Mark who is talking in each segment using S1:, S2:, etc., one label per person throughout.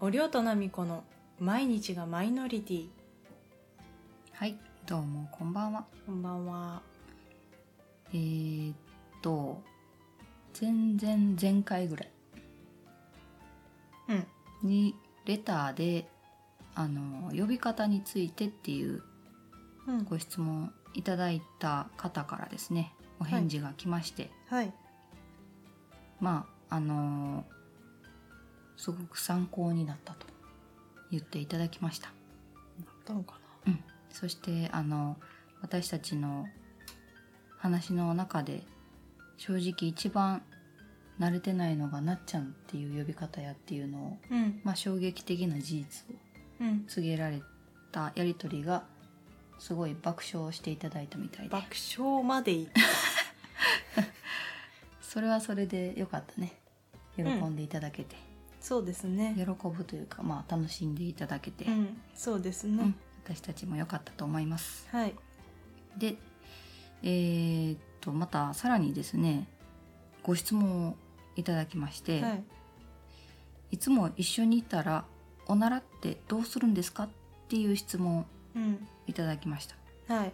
S1: おりょうとなみこの毎日がマイノリティ
S2: はい、どうもこんばんは。
S1: こんばんは
S2: えー、っと、全然前回ぐらい
S1: うん
S2: にレターで、あの、呼び方についてっていう
S1: うん
S2: ご質問いただいた方からですね、お返事が来まして、
S1: はい
S2: まあ、あの、すごく参考になったと言っていただきました。
S1: なったのか
S2: うん、そしてあの私たちの話の中で正直一番慣れてないのがなっちゃんっていう呼び方やっていうのを、
S1: なうん
S2: まあ、衝撃的な事実を
S1: うん
S2: 告げられたやり取りがすごい爆笑していただいたみたいで
S1: 爆笑までいった
S2: それはそれでよかったね喜んでいただけて、
S1: そうですね
S2: 喜ぶというかまあ楽しんでいただけて、
S1: うんそうですね、
S2: うん私たちも良かったと思います。
S1: はい
S2: で、えーっと、またさらにですね、ご質問をいただきまして、
S1: はいい、
S2: つも一緒にいたら、おならってどうするんですかっていう質問を
S1: うん
S2: いただきました。
S1: はい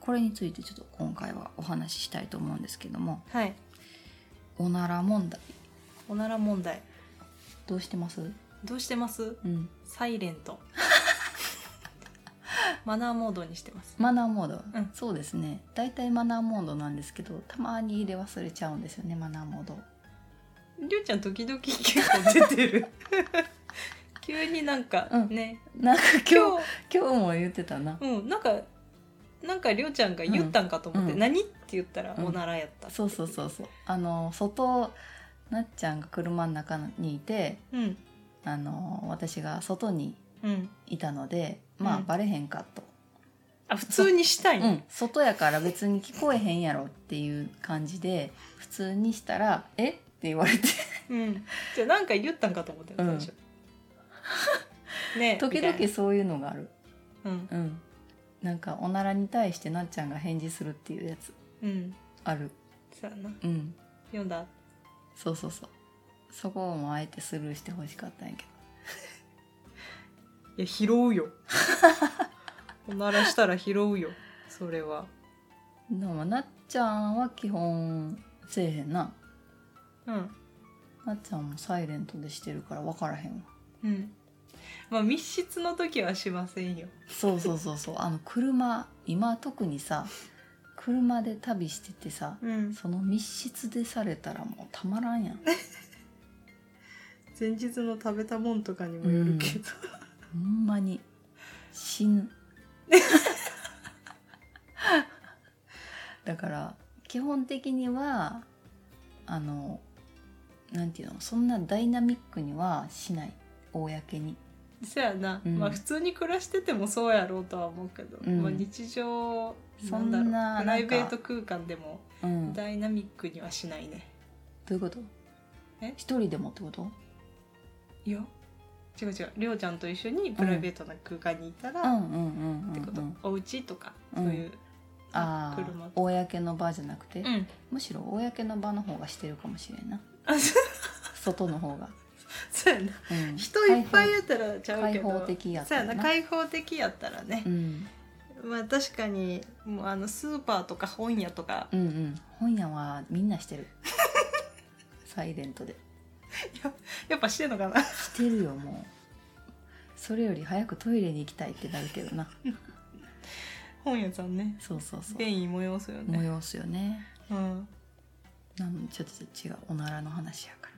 S2: これについてちょっと今回はお話ししたいと思うんですけども、
S1: はい
S2: おなら問題、
S1: おなら問題
S2: どうしてます
S1: どうしてます
S2: うん。
S1: サイレン トマナーモードにしてます
S2: マナーモード、
S1: うん
S2: そうですね。大体マナーモードなんですけど、たまに入れ忘れちゃうんですよね、マナーモード。
S1: りょうちゃん時々結構出て る急になんか
S2: うん
S1: ね、
S2: なんか今日、
S1: 今日
S2: 今日も言ってたな。
S1: うん、なんかなんかりょうちゃんが言ったんかと思って「
S2: うん
S1: 何?」って言ったら「
S2: うん
S1: おならやった」
S2: そうそうそうそうあの外なっちゃんが車の中にいて
S1: うん
S2: あの私が外に
S1: うん
S2: いたのでまあ、
S1: うん
S2: バレへんかと、
S1: あ普通にした
S2: う
S1: い、
S2: ん、外やから別に聞こえへんやろっていう感じで普通にしたら「えっ?」て言われて
S1: うん、じゃあなんか言ったんかと思って最
S2: うん
S1: 初、ねえ
S2: 時
S1: みたい
S2: 々
S1: な
S2: そういうのがある
S1: うん
S2: うんなんかおならに対してなっちゃんが返事するっていうやつ
S1: うん
S2: ある
S1: そうやな
S2: うん
S1: 読んだ
S2: そうそうそうそこもあえてスルーしてほしかったんやけど
S1: いや拾う よおならしたら拾うよそれは
S2: でもなっちゃんは基本せえへんな
S1: うん
S2: なっちゃんもサイレントでしてるから分からへんわ
S1: うんまあ密室の時はしませんよ
S2: そうそうそうそうあの車今特にさ車で旅しててさ
S1: うん
S2: その密室でされたらもうたまらんやん
S1: 前日の食べたもんとかに
S2: もよるけ
S1: ど、
S2: ほんまに死ぬ だから基本的にはあのなんていうのそんなダイナミックにはしない公に
S1: そやな、
S2: うん
S1: まあ普通に暮らしててもそうやろうとは思うけど、
S2: うん
S1: まあ日常
S2: そ
S1: ん
S2: ん
S1: だろ
S2: な
S1: う
S2: なんか
S1: プライベート空間でも
S2: うんど
S1: ダイナミックにはしないね、
S2: ういうこと
S1: え
S2: 一人でもってこと
S1: いや違う違うりょうちゃんと一緒にプライベートな空間にいたら、
S2: うん
S1: っ
S2: うんうんうんうん
S1: てこと、お家とか
S2: う
S1: そ
S2: ん
S1: ういう、
S2: ああ
S1: 車
S2: 公の場じゃなくて、
S1: うん
S2: むしろ公の場の方がしてるかもしれんな
S1: あそ
S2: 外の方が、
S1: そうやな
S2: うん、
S1: 人いっぱい
S2: 開
S1: やったらちゃうけ
S2: 開
S1: ど
S2: 放的やっ
S1: そう
S2: た
S1: や
S2: ら
S1: な開放的やったらね
S2: う、ん、
S1: まあ確かにもうあのスーパーとか本屋とか
S2: うんうん本屋はみんなしてる サイレントで
S1: やっぱしてんのかな
S2: してるよもうそれより早くトイレに行きたいってなるけどな
S1: 本屋さんね
S2: そうそうそう
S1: 便意催すよね、
S2: 催すよね
S1: うん、
S2: なんちょっと違うおならの話やか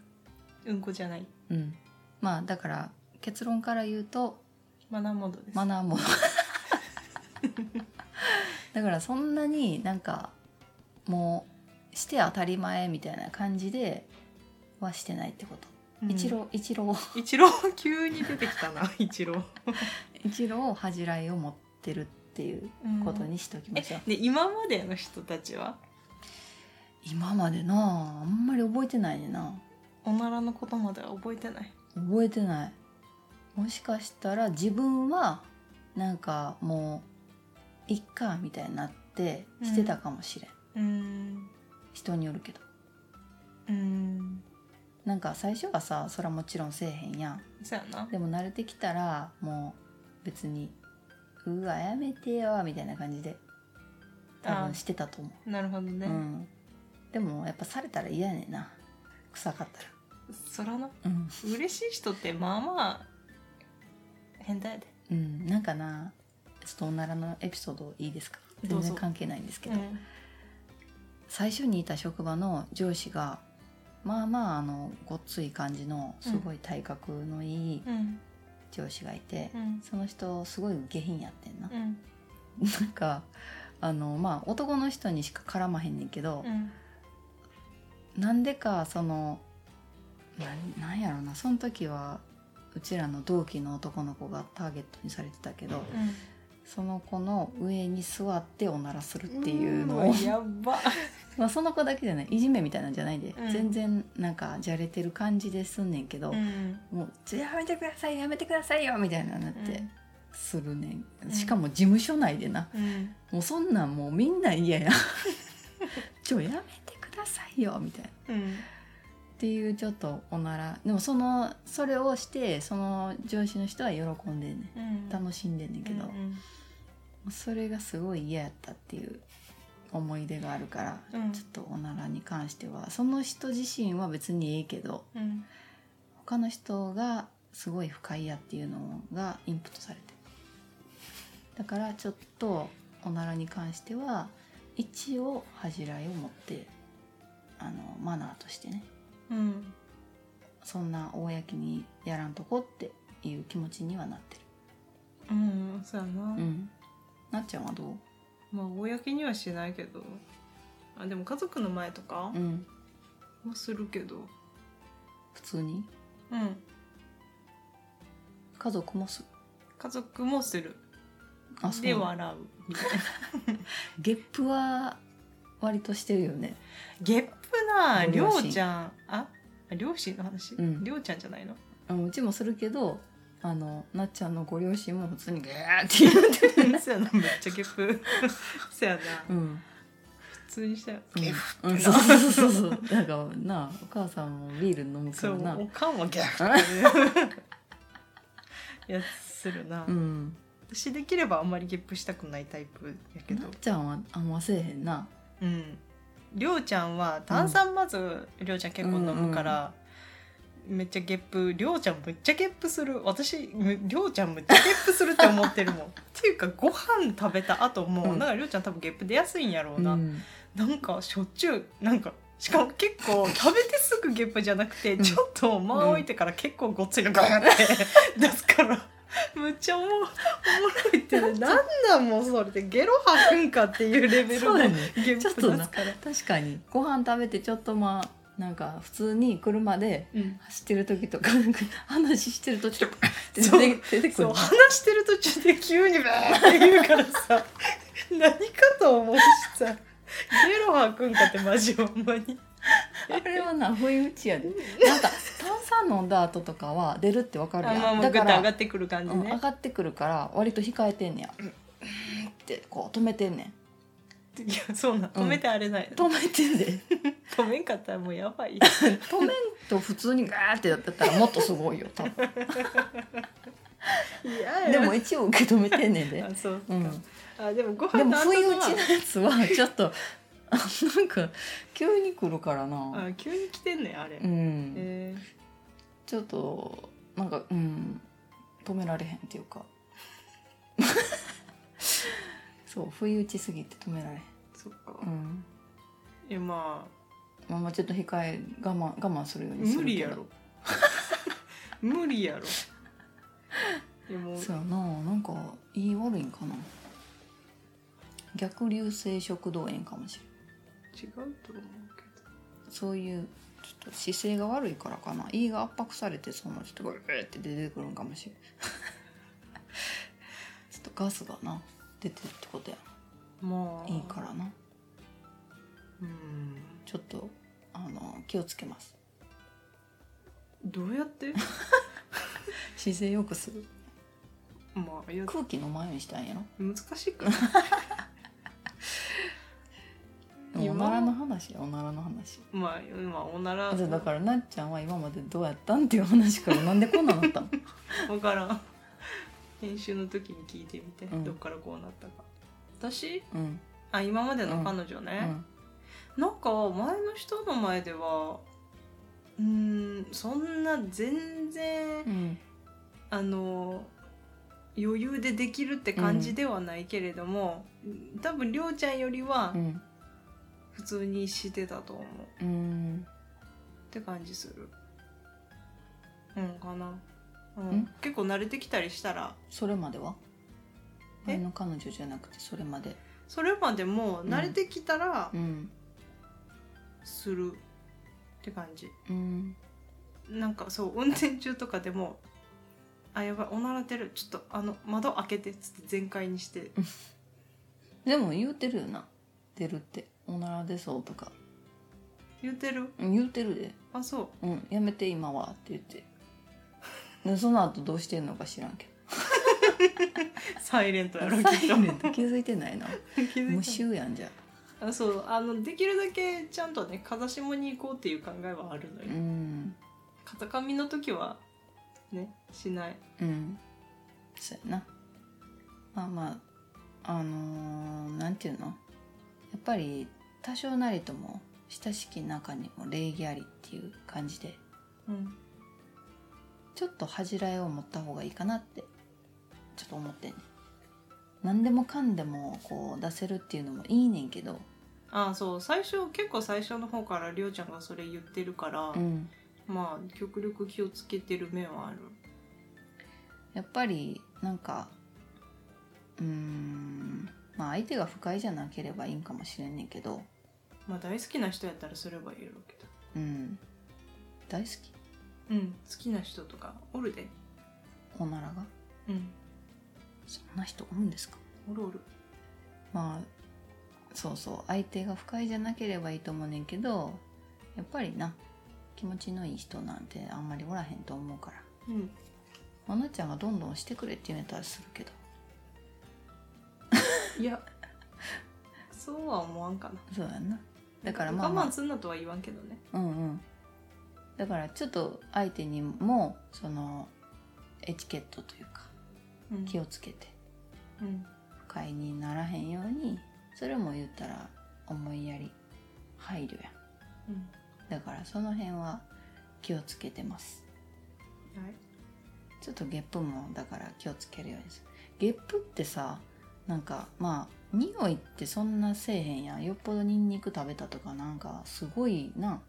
S1: うんこじゃない
S2: らうんまあだから結論から言うと
S1: マナーモードです、
S2: マナ ーもだからそんなになんかもうして当たり前みたいな感じではしてないってこと、
S1: うん
S2: 一郎一郎
S1: 一郎 急に出てきた な一郎
S2: 一郎恥じらいを持ってるっていうことにしておきま
S1: え
S2: しょう、
S1: で今までの人たちは
S2: 今までなあんまり覚えてないねんな
S1: おならのことまでは覚えてない
S2: 覚えてないもしかしたら自分はなんかもういっかみたいになってしてたかもしれん、
S1: うーん
S2: 人によるけど
S1: うーん
S2: なんか最初はさそらもちろんせえへんやん
S1: そうやな
S2: でも慣れてきたらもう別に「うわやめてよ」みたいな感じで多
S1: あ
S2: 分してたと思う、
S1: なるほどね、
S2: うん、でもやっぱされたら嫌やねんな臭かったら
S1: そらな
S2: うん、
S1: 嬉しい人ってまあまあ変態やで
S2: うん、なんかなちょっとおならのエピソードいいですか
S1: ど
S2: 全
S1: うぞ
S2: 然関係ないんですけど、
S1: うん
S2: 最初にいた職場の上司がまあまああのごっつい感じのすごい体格のいい
S1: うん
S2: 上司がいて、
S1: うん
S2: その人すごい下品やってんな、
S1: うん
S2: なんかあのまあ男の人にしか絡まへんねんけど
S1: う、ん
S2: なんでかそのなんなんやろなその時はうちらの同期の男の子がターゲットにされてたけど、その子の上に座っておならするっていうのを、
S1: やば
S2: まあ、その子だけじゃないいじめみたいなんじゃないで、
S1: うん
S2: 全然なんかじゃれてる感じですんねんけど、
S1: うん
S2: もう「ちょやめてくださいやめてくださいよ」みたいななってするねん、
S1: ん
S2: しかも事務所内でな
S1: うん
S2: もうそんなんもうみんな嫌 やちょやめてくださいよみたいな。
S1: うん
S2: っていうちょっとおならでもそのそれをしてその上司の人は喜んでんねん
S1: うん
S2: 楽しんでんねんけど、
S1: うん
S2: それがすごい嫌やったっていう思い出があるから、
S1: うん
S2: ちょっとおならに関してはその人自身は別にええけど
S1: うん
S2: 他の人がすごい不快やっていうのがインプットされてだからちょっとおならに関しては一応恥じらいを持ってあのマナーとしてね
S1: うん
S2: そんな公にやらんとこっていう気持ちにはなって
S1: うんうんそうやな、
S2: る、うん、なっちゃんはどう、
S1: まあ公にはしないけどあでも家族の前とか
S2: うん、
S1: もするけど
S2: 普通に
S1: うん
S2: 家族もす
S1: 家族もする
S2: あそう
S1: で笑うみたいな
S2: ゲップは割としてるよね
S1: ゲップなり
S2: 両
S1: ょ
S2: 親
S1: うちゃんあ両親の話、
S2: うん
S1: りょうちゃんじゃないの
S2: あのうちもするけどあのなっちゃんのご両親も普通にゲーって言ってる、
S1: そやなめっちゃゲップそやな
S2: うん
S1: 普通にしたよ
S2: うん
S1: ゲップ
S2: うん、そうそうそうそう なんかなあお母さんもビール飲むか
S1: そ
S2: ら
S1: う
S2: な
S1: おかんはギャー ってやつするな、
S2: うん、
S1: 私できればあんまりゲップしたくないタイプやけ
S2: な
S1: ど
S2: っちゃんはあんませえへんな
S1: うんりょうちゃんは炭酸まず、りょうちゃん結構飲むから、めっちゃゲップりょうちゃんむっちゃゲップする私むりょうちゃんむっちゃゲップするって思ってるもんっていうかご飯食べた後も、
S2: うん
S1: なんかりょうちゃん多分ゲップ出やすいんやろうな、
S2: ん、
S1: なんかしょっちゅうなんかしかも結構食べてすぐゲップじゃなくて、
S2: うん
S1: ちょっと間を置いてから結構ごっついのガーって出すからむっちゃおもおもろいってねなんなんもうそれでゲロ吐くんかっていうレベル
S2: そう
S1: の
S2: だ
S1: ゲ
S2: ね
S1: ップ
S2: ち
S1: 出
S2: ょ
S1: す
S2: っと
S1: か
S2: な
S1: ら。
S2: 確かにご飯食べてちょっとまあなんか普通に車で
S1: うん
S2: 走ってる時とか なんか話してるとちょっと出
S1: そう
S2: て出てく
S1: そ
S2: る
S1: う話してる途中で急にバーって言うからさ何かと思うしさゲロ吐くんかってマジほんまに
S2: あれはな不意打ちやでなんか炭酸飲んだ後とかは出るってわかる
S1: あま
S2: や
S1: あ
S2: ん
S1: まあ
S2: だ
S1: グッ
S2: か
S1: と上が
S2: ら
S1: ってくる感じ
S2: うん上
S1: ね、
S2: がってくるから割と控えてんねやってこう止めてんね
S1: いやそうなん止めてあれない、
S2: ん止めてんで
S1: 止めんかったらもうやば い
S2: 止めんと普通にガーってやってたらもっとすご いよ多分
S1: いや
S2: でも一応受け止めてんねん で
S1: あそうか、
S2: うん
S1: あでもご飯
S2: でも
S1: の後
S2: 不意打ち
S1: は
S2: のやつはちょっとあなんか急に来るからな
S1: あ急に来てんねんあれ、
S2: う
S1: へ
S2: ん
S1: え
S2: ちょっとなんかうん止められへんっていうか そう不意打ちすぎて止められへん
S1: そっか、
S2: うん
S1: いやま
S2: まあまあちょっと控え我慢我慢するよ
S1: あ
S2: うにす
S1: 無
S2: るけ
S1: 理
S2: ど
S1: やろ無理やろいやもう
S2: そうやななんか言い悪いんかな逆流性食道炎かもしれ
S1: 違うと思うけど
S2: んそういうちょっと姿勢が悪いからかな胃が圧迫されてそのちょっとグーって出てくるんかもしれん ちょっとガスがな出てるってことや
S1: まあ
S2: いいからな
S1: うん
S2: ちょっとあの気をつけます
S1: どうやって
S2: 姿勢よくする
S1: まあいや
S2: 空気の 前にしたいんやろ
S1: 難しいから
S2: でもならの話よおならの話
S1: まあまあおなら
S2: あじゃあだ
S1: わ
S2: からなっちゃんは今までどうやったんっていう話からなんでこんなのなった の
S1: からん編集の時に聞いてみて、
S2: うん
S1: どっからこうなったか私
S2: うん、
S1: あ今までの彼女
S2: う
S1: ね、
S2: ん、
S1: なんか前の人の前ではうーんそんな全然、
S2: うん
S1: あの余裕でできるって感じではないけれども、多分りょうちゃんよりは
S2: うん
S1: 普通にしてたと思う、っ
S2: うん
S1: て感じするうんかな、うん
S2: ん
S1: 結構慣れてきたりしたら
S2: それまでは
S1: え
S2: 前の彼女じゃなくてそれまで
S1: それまでも慣れてきたら
S2: うん
S1: するって感じ、
S2: うん
S1: なんかそう運転中とかでも「あやばいおならてるちょっとあの窓開けて」っつって全開にして
S2: でも言うてるよな出るっておなら出そうとか
S1: 言うてる
S2: うん言うてるで
S1: あそう
S2: うんやめて今はって言 ってでその後どうしてんのか知らんけど
S1: サイレントやろきっ
S2: サイレ
S1: と
S2: ント 気づいてないな
S1: 気づいてない
S2: 無臭やんじゃ
S1: あそうあのできるだけちゃんとね風下に行こうっていう考えはあるの
S2: う
S1: よ
S2: ん
S1: 片髪の時はねしない
S2: うんそうやなまあまああのーなんていうのやっぱり多少なりとも親しき中にも礼儀ありっていう感じで
S1: うん
S2: ちょっと恥じらいを持った方がいいかなってちょっと思ってんねん何でもかんでもこう出せるっていうのもいいねんけど
S1: あそう最初結構最初の方からりょうちゃんがそれ言ってるから、
S2: うん
S1: まあ極力気をつけてる面はある
S2: やっぱりなんかうーんまあ相手が不快じゃなければいいんかもしれんねんけど
S1: まあ大好きな人やったらすればいいやろうけど
S2: うん大好き
S1: うん好きな人とかおるで
S2: おならが
S1: うん
S2: そんな人おるんですか
S1: おるおる
S2: まあそうそう相手が不快じゃなければいいと思うねんけどやっぱりな気持ちのいい人なんてあんまりおらへんと思うから
S1: うん
S2: まなちゃんがどんどんしてくれって言うんやったらするけど
S1: いや そうは思わんかな
S2: そうやんなだからまあ、
S1: 我慢
S2: ます
S1: んなとは言わんけどね
S2: あ、うんうんだからちょっと相手にもそのエチケットというか
S1: うん
S2: 気をつけて
S1: うん
S2: 不快にならへんようにそれも言ったら思いやり配慮やん
S1: うん
S2: だからその辺は気をつけてます
S1: はい
S2: ちょっとゲップもだから気をつけるようにするゲップってさなんかまあ匂いってそんなせえへんやんよっぽどニンニク食べたとかなんかすごいな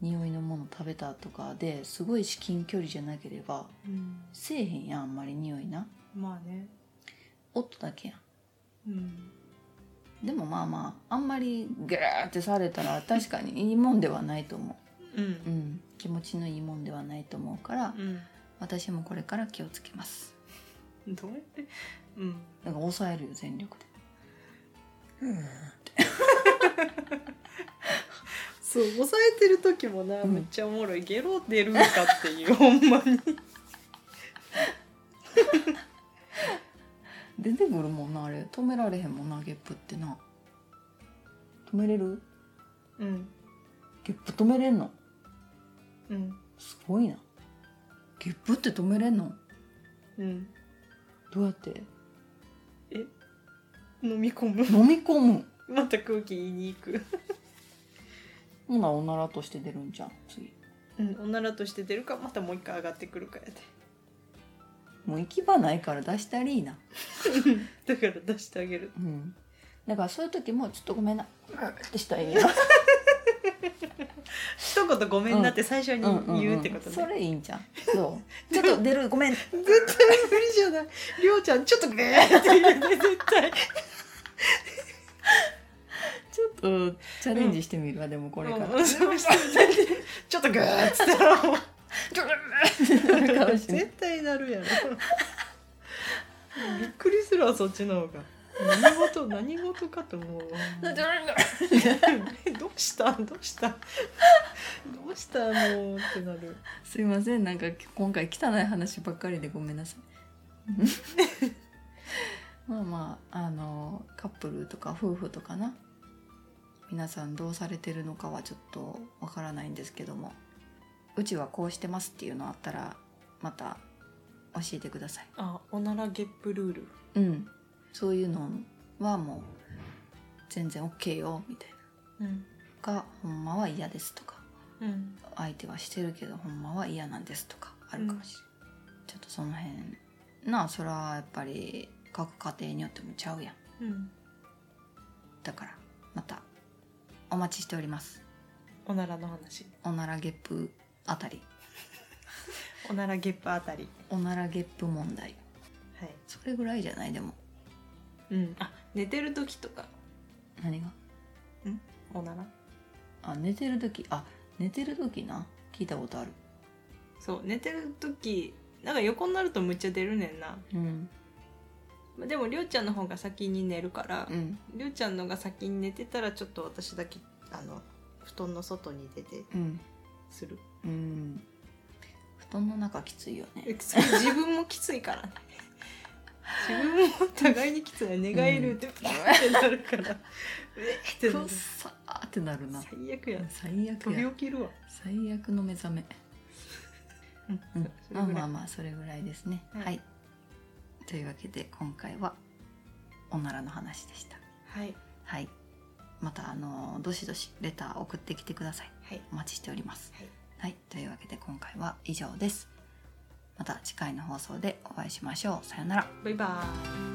S2: 匂いのもの食べたとかですごい至近距離じゃなければ
S1: うん
S2: せえへんやんあんまり匂いな
S1: まあね
S2: 音だけやん
S1: うん
S2: でもまあまああんまりグーってされたら確かにいいもんではないと思
S1: う
S2: う、うんん、気持ちのいいもんではないと思うから私もこれから気をつけます
S1: うんどうやってうん
S2: だから抑えるよ全力で
S1: そう抑えてる時もな、
S2: うん
S1: めっちゃおもろいゲロ出るんかっていう ほんまに
S2: 出てくるもんなあれ止められへんもんなゲップってな止めれる
S1: うん
S2: ゲップ止めれんの
S1: うん
S2: すごいなゲップって止めれんの
S1: うん
S2: どうやって
S1: 飲み込む
S2: 飲み込む
S1: また空気言いに行く
S2: ほなおならとして出るんじゃん次
S1: うんおならとして出るかまたもう一回上がってくるかや
S2: もう行き場ないから出したりいいな
S1: でだから出してあげる
S2: うんだからそういう時もちょっとごめんなってしたら いいよ
S1: 一言ごめんなって最初に言うってことね、
S2: それいいんじゃんそう ちょっと出るごめん
S1: 絶対無理じゃないりょうちゃんちょっとねーって言うね絶対
S2: ちょっとチャレンジしてみるわ、でもこれから、
S1: うんそうしてちょっとグーっつったらもう
S2: かもしれない
S1: 絶対なるやろびっくりするわそっちの方が何事何事かと思うわどうしたどうしたどうしたのってなる
S2: すいませんなんか今回汚い話ばっかりでごめんなさいまあまああのカップルとか夫婦とかな皆さんどうされてるのかはちょっとわからないんですけどもうちはこうしてますっていうのあったらまた教えてください
S1: あおならゲップルール
S2: うんそういうのはもう全然 OK よみたいな
S1: うん
S2: がほんまは嫌ですとか
S1: うん
S2: 相手はしてるけどほんまは嫌なんですとかあるかもしれない、ちょっとその辺なあそれはやっぱり各家庭によってもちゃうやん
S1: うん
S2: だからまたお待ちしております
S1: おならの話
S2: おならゲップあたり
S1: おならゲップあたり
S2: おならゲップ問題
S1: はい
S2: それぐらいじゃないでも
S1: うんあ寝てる時とか
S2: 何が
S1: おなら
S2: あ寝てる時あ寝てる時な聞いたことある
S1: そう寝てる時なんか横になるとむっちゃ出るねんな
S2: うん
S1: まあでもりょうちゃんの方が先に寝るから
S2: うん
S1: りょうちゃんのが先に寝てたらちょっと私だけあの布団の外に出て
S2: うん
S1: する
S2: うん布団の中きついよね
S1: それ 自分もきついからね自分も互いにきつい寝返るってブーってなる から、うえーって
S2: く
S1: な
S2: っ
S1: る
S2: さーってなるな
S1: 最悪や
S2: 最悪
S1: 飛び
S2: や
S1: 起きるわ、
S2: 最悪の目覚め
S1: うん
S2: うん
S1: それ
S2: まあ
S1: ぐら
S2: ま
S1: い
S2: あまあそれぐらいですね、
S1: はい
S2: はいというわけで今回はおならの話でした
S1: はい
S2: はいまたあのどしどしレター送ってきてください
S1: はい
S2: お待ちしております
S1: はい
S2: はいというわけで今回は以上ですまた次回の放送でお会いしましょうさようなら
S1: バイバーイ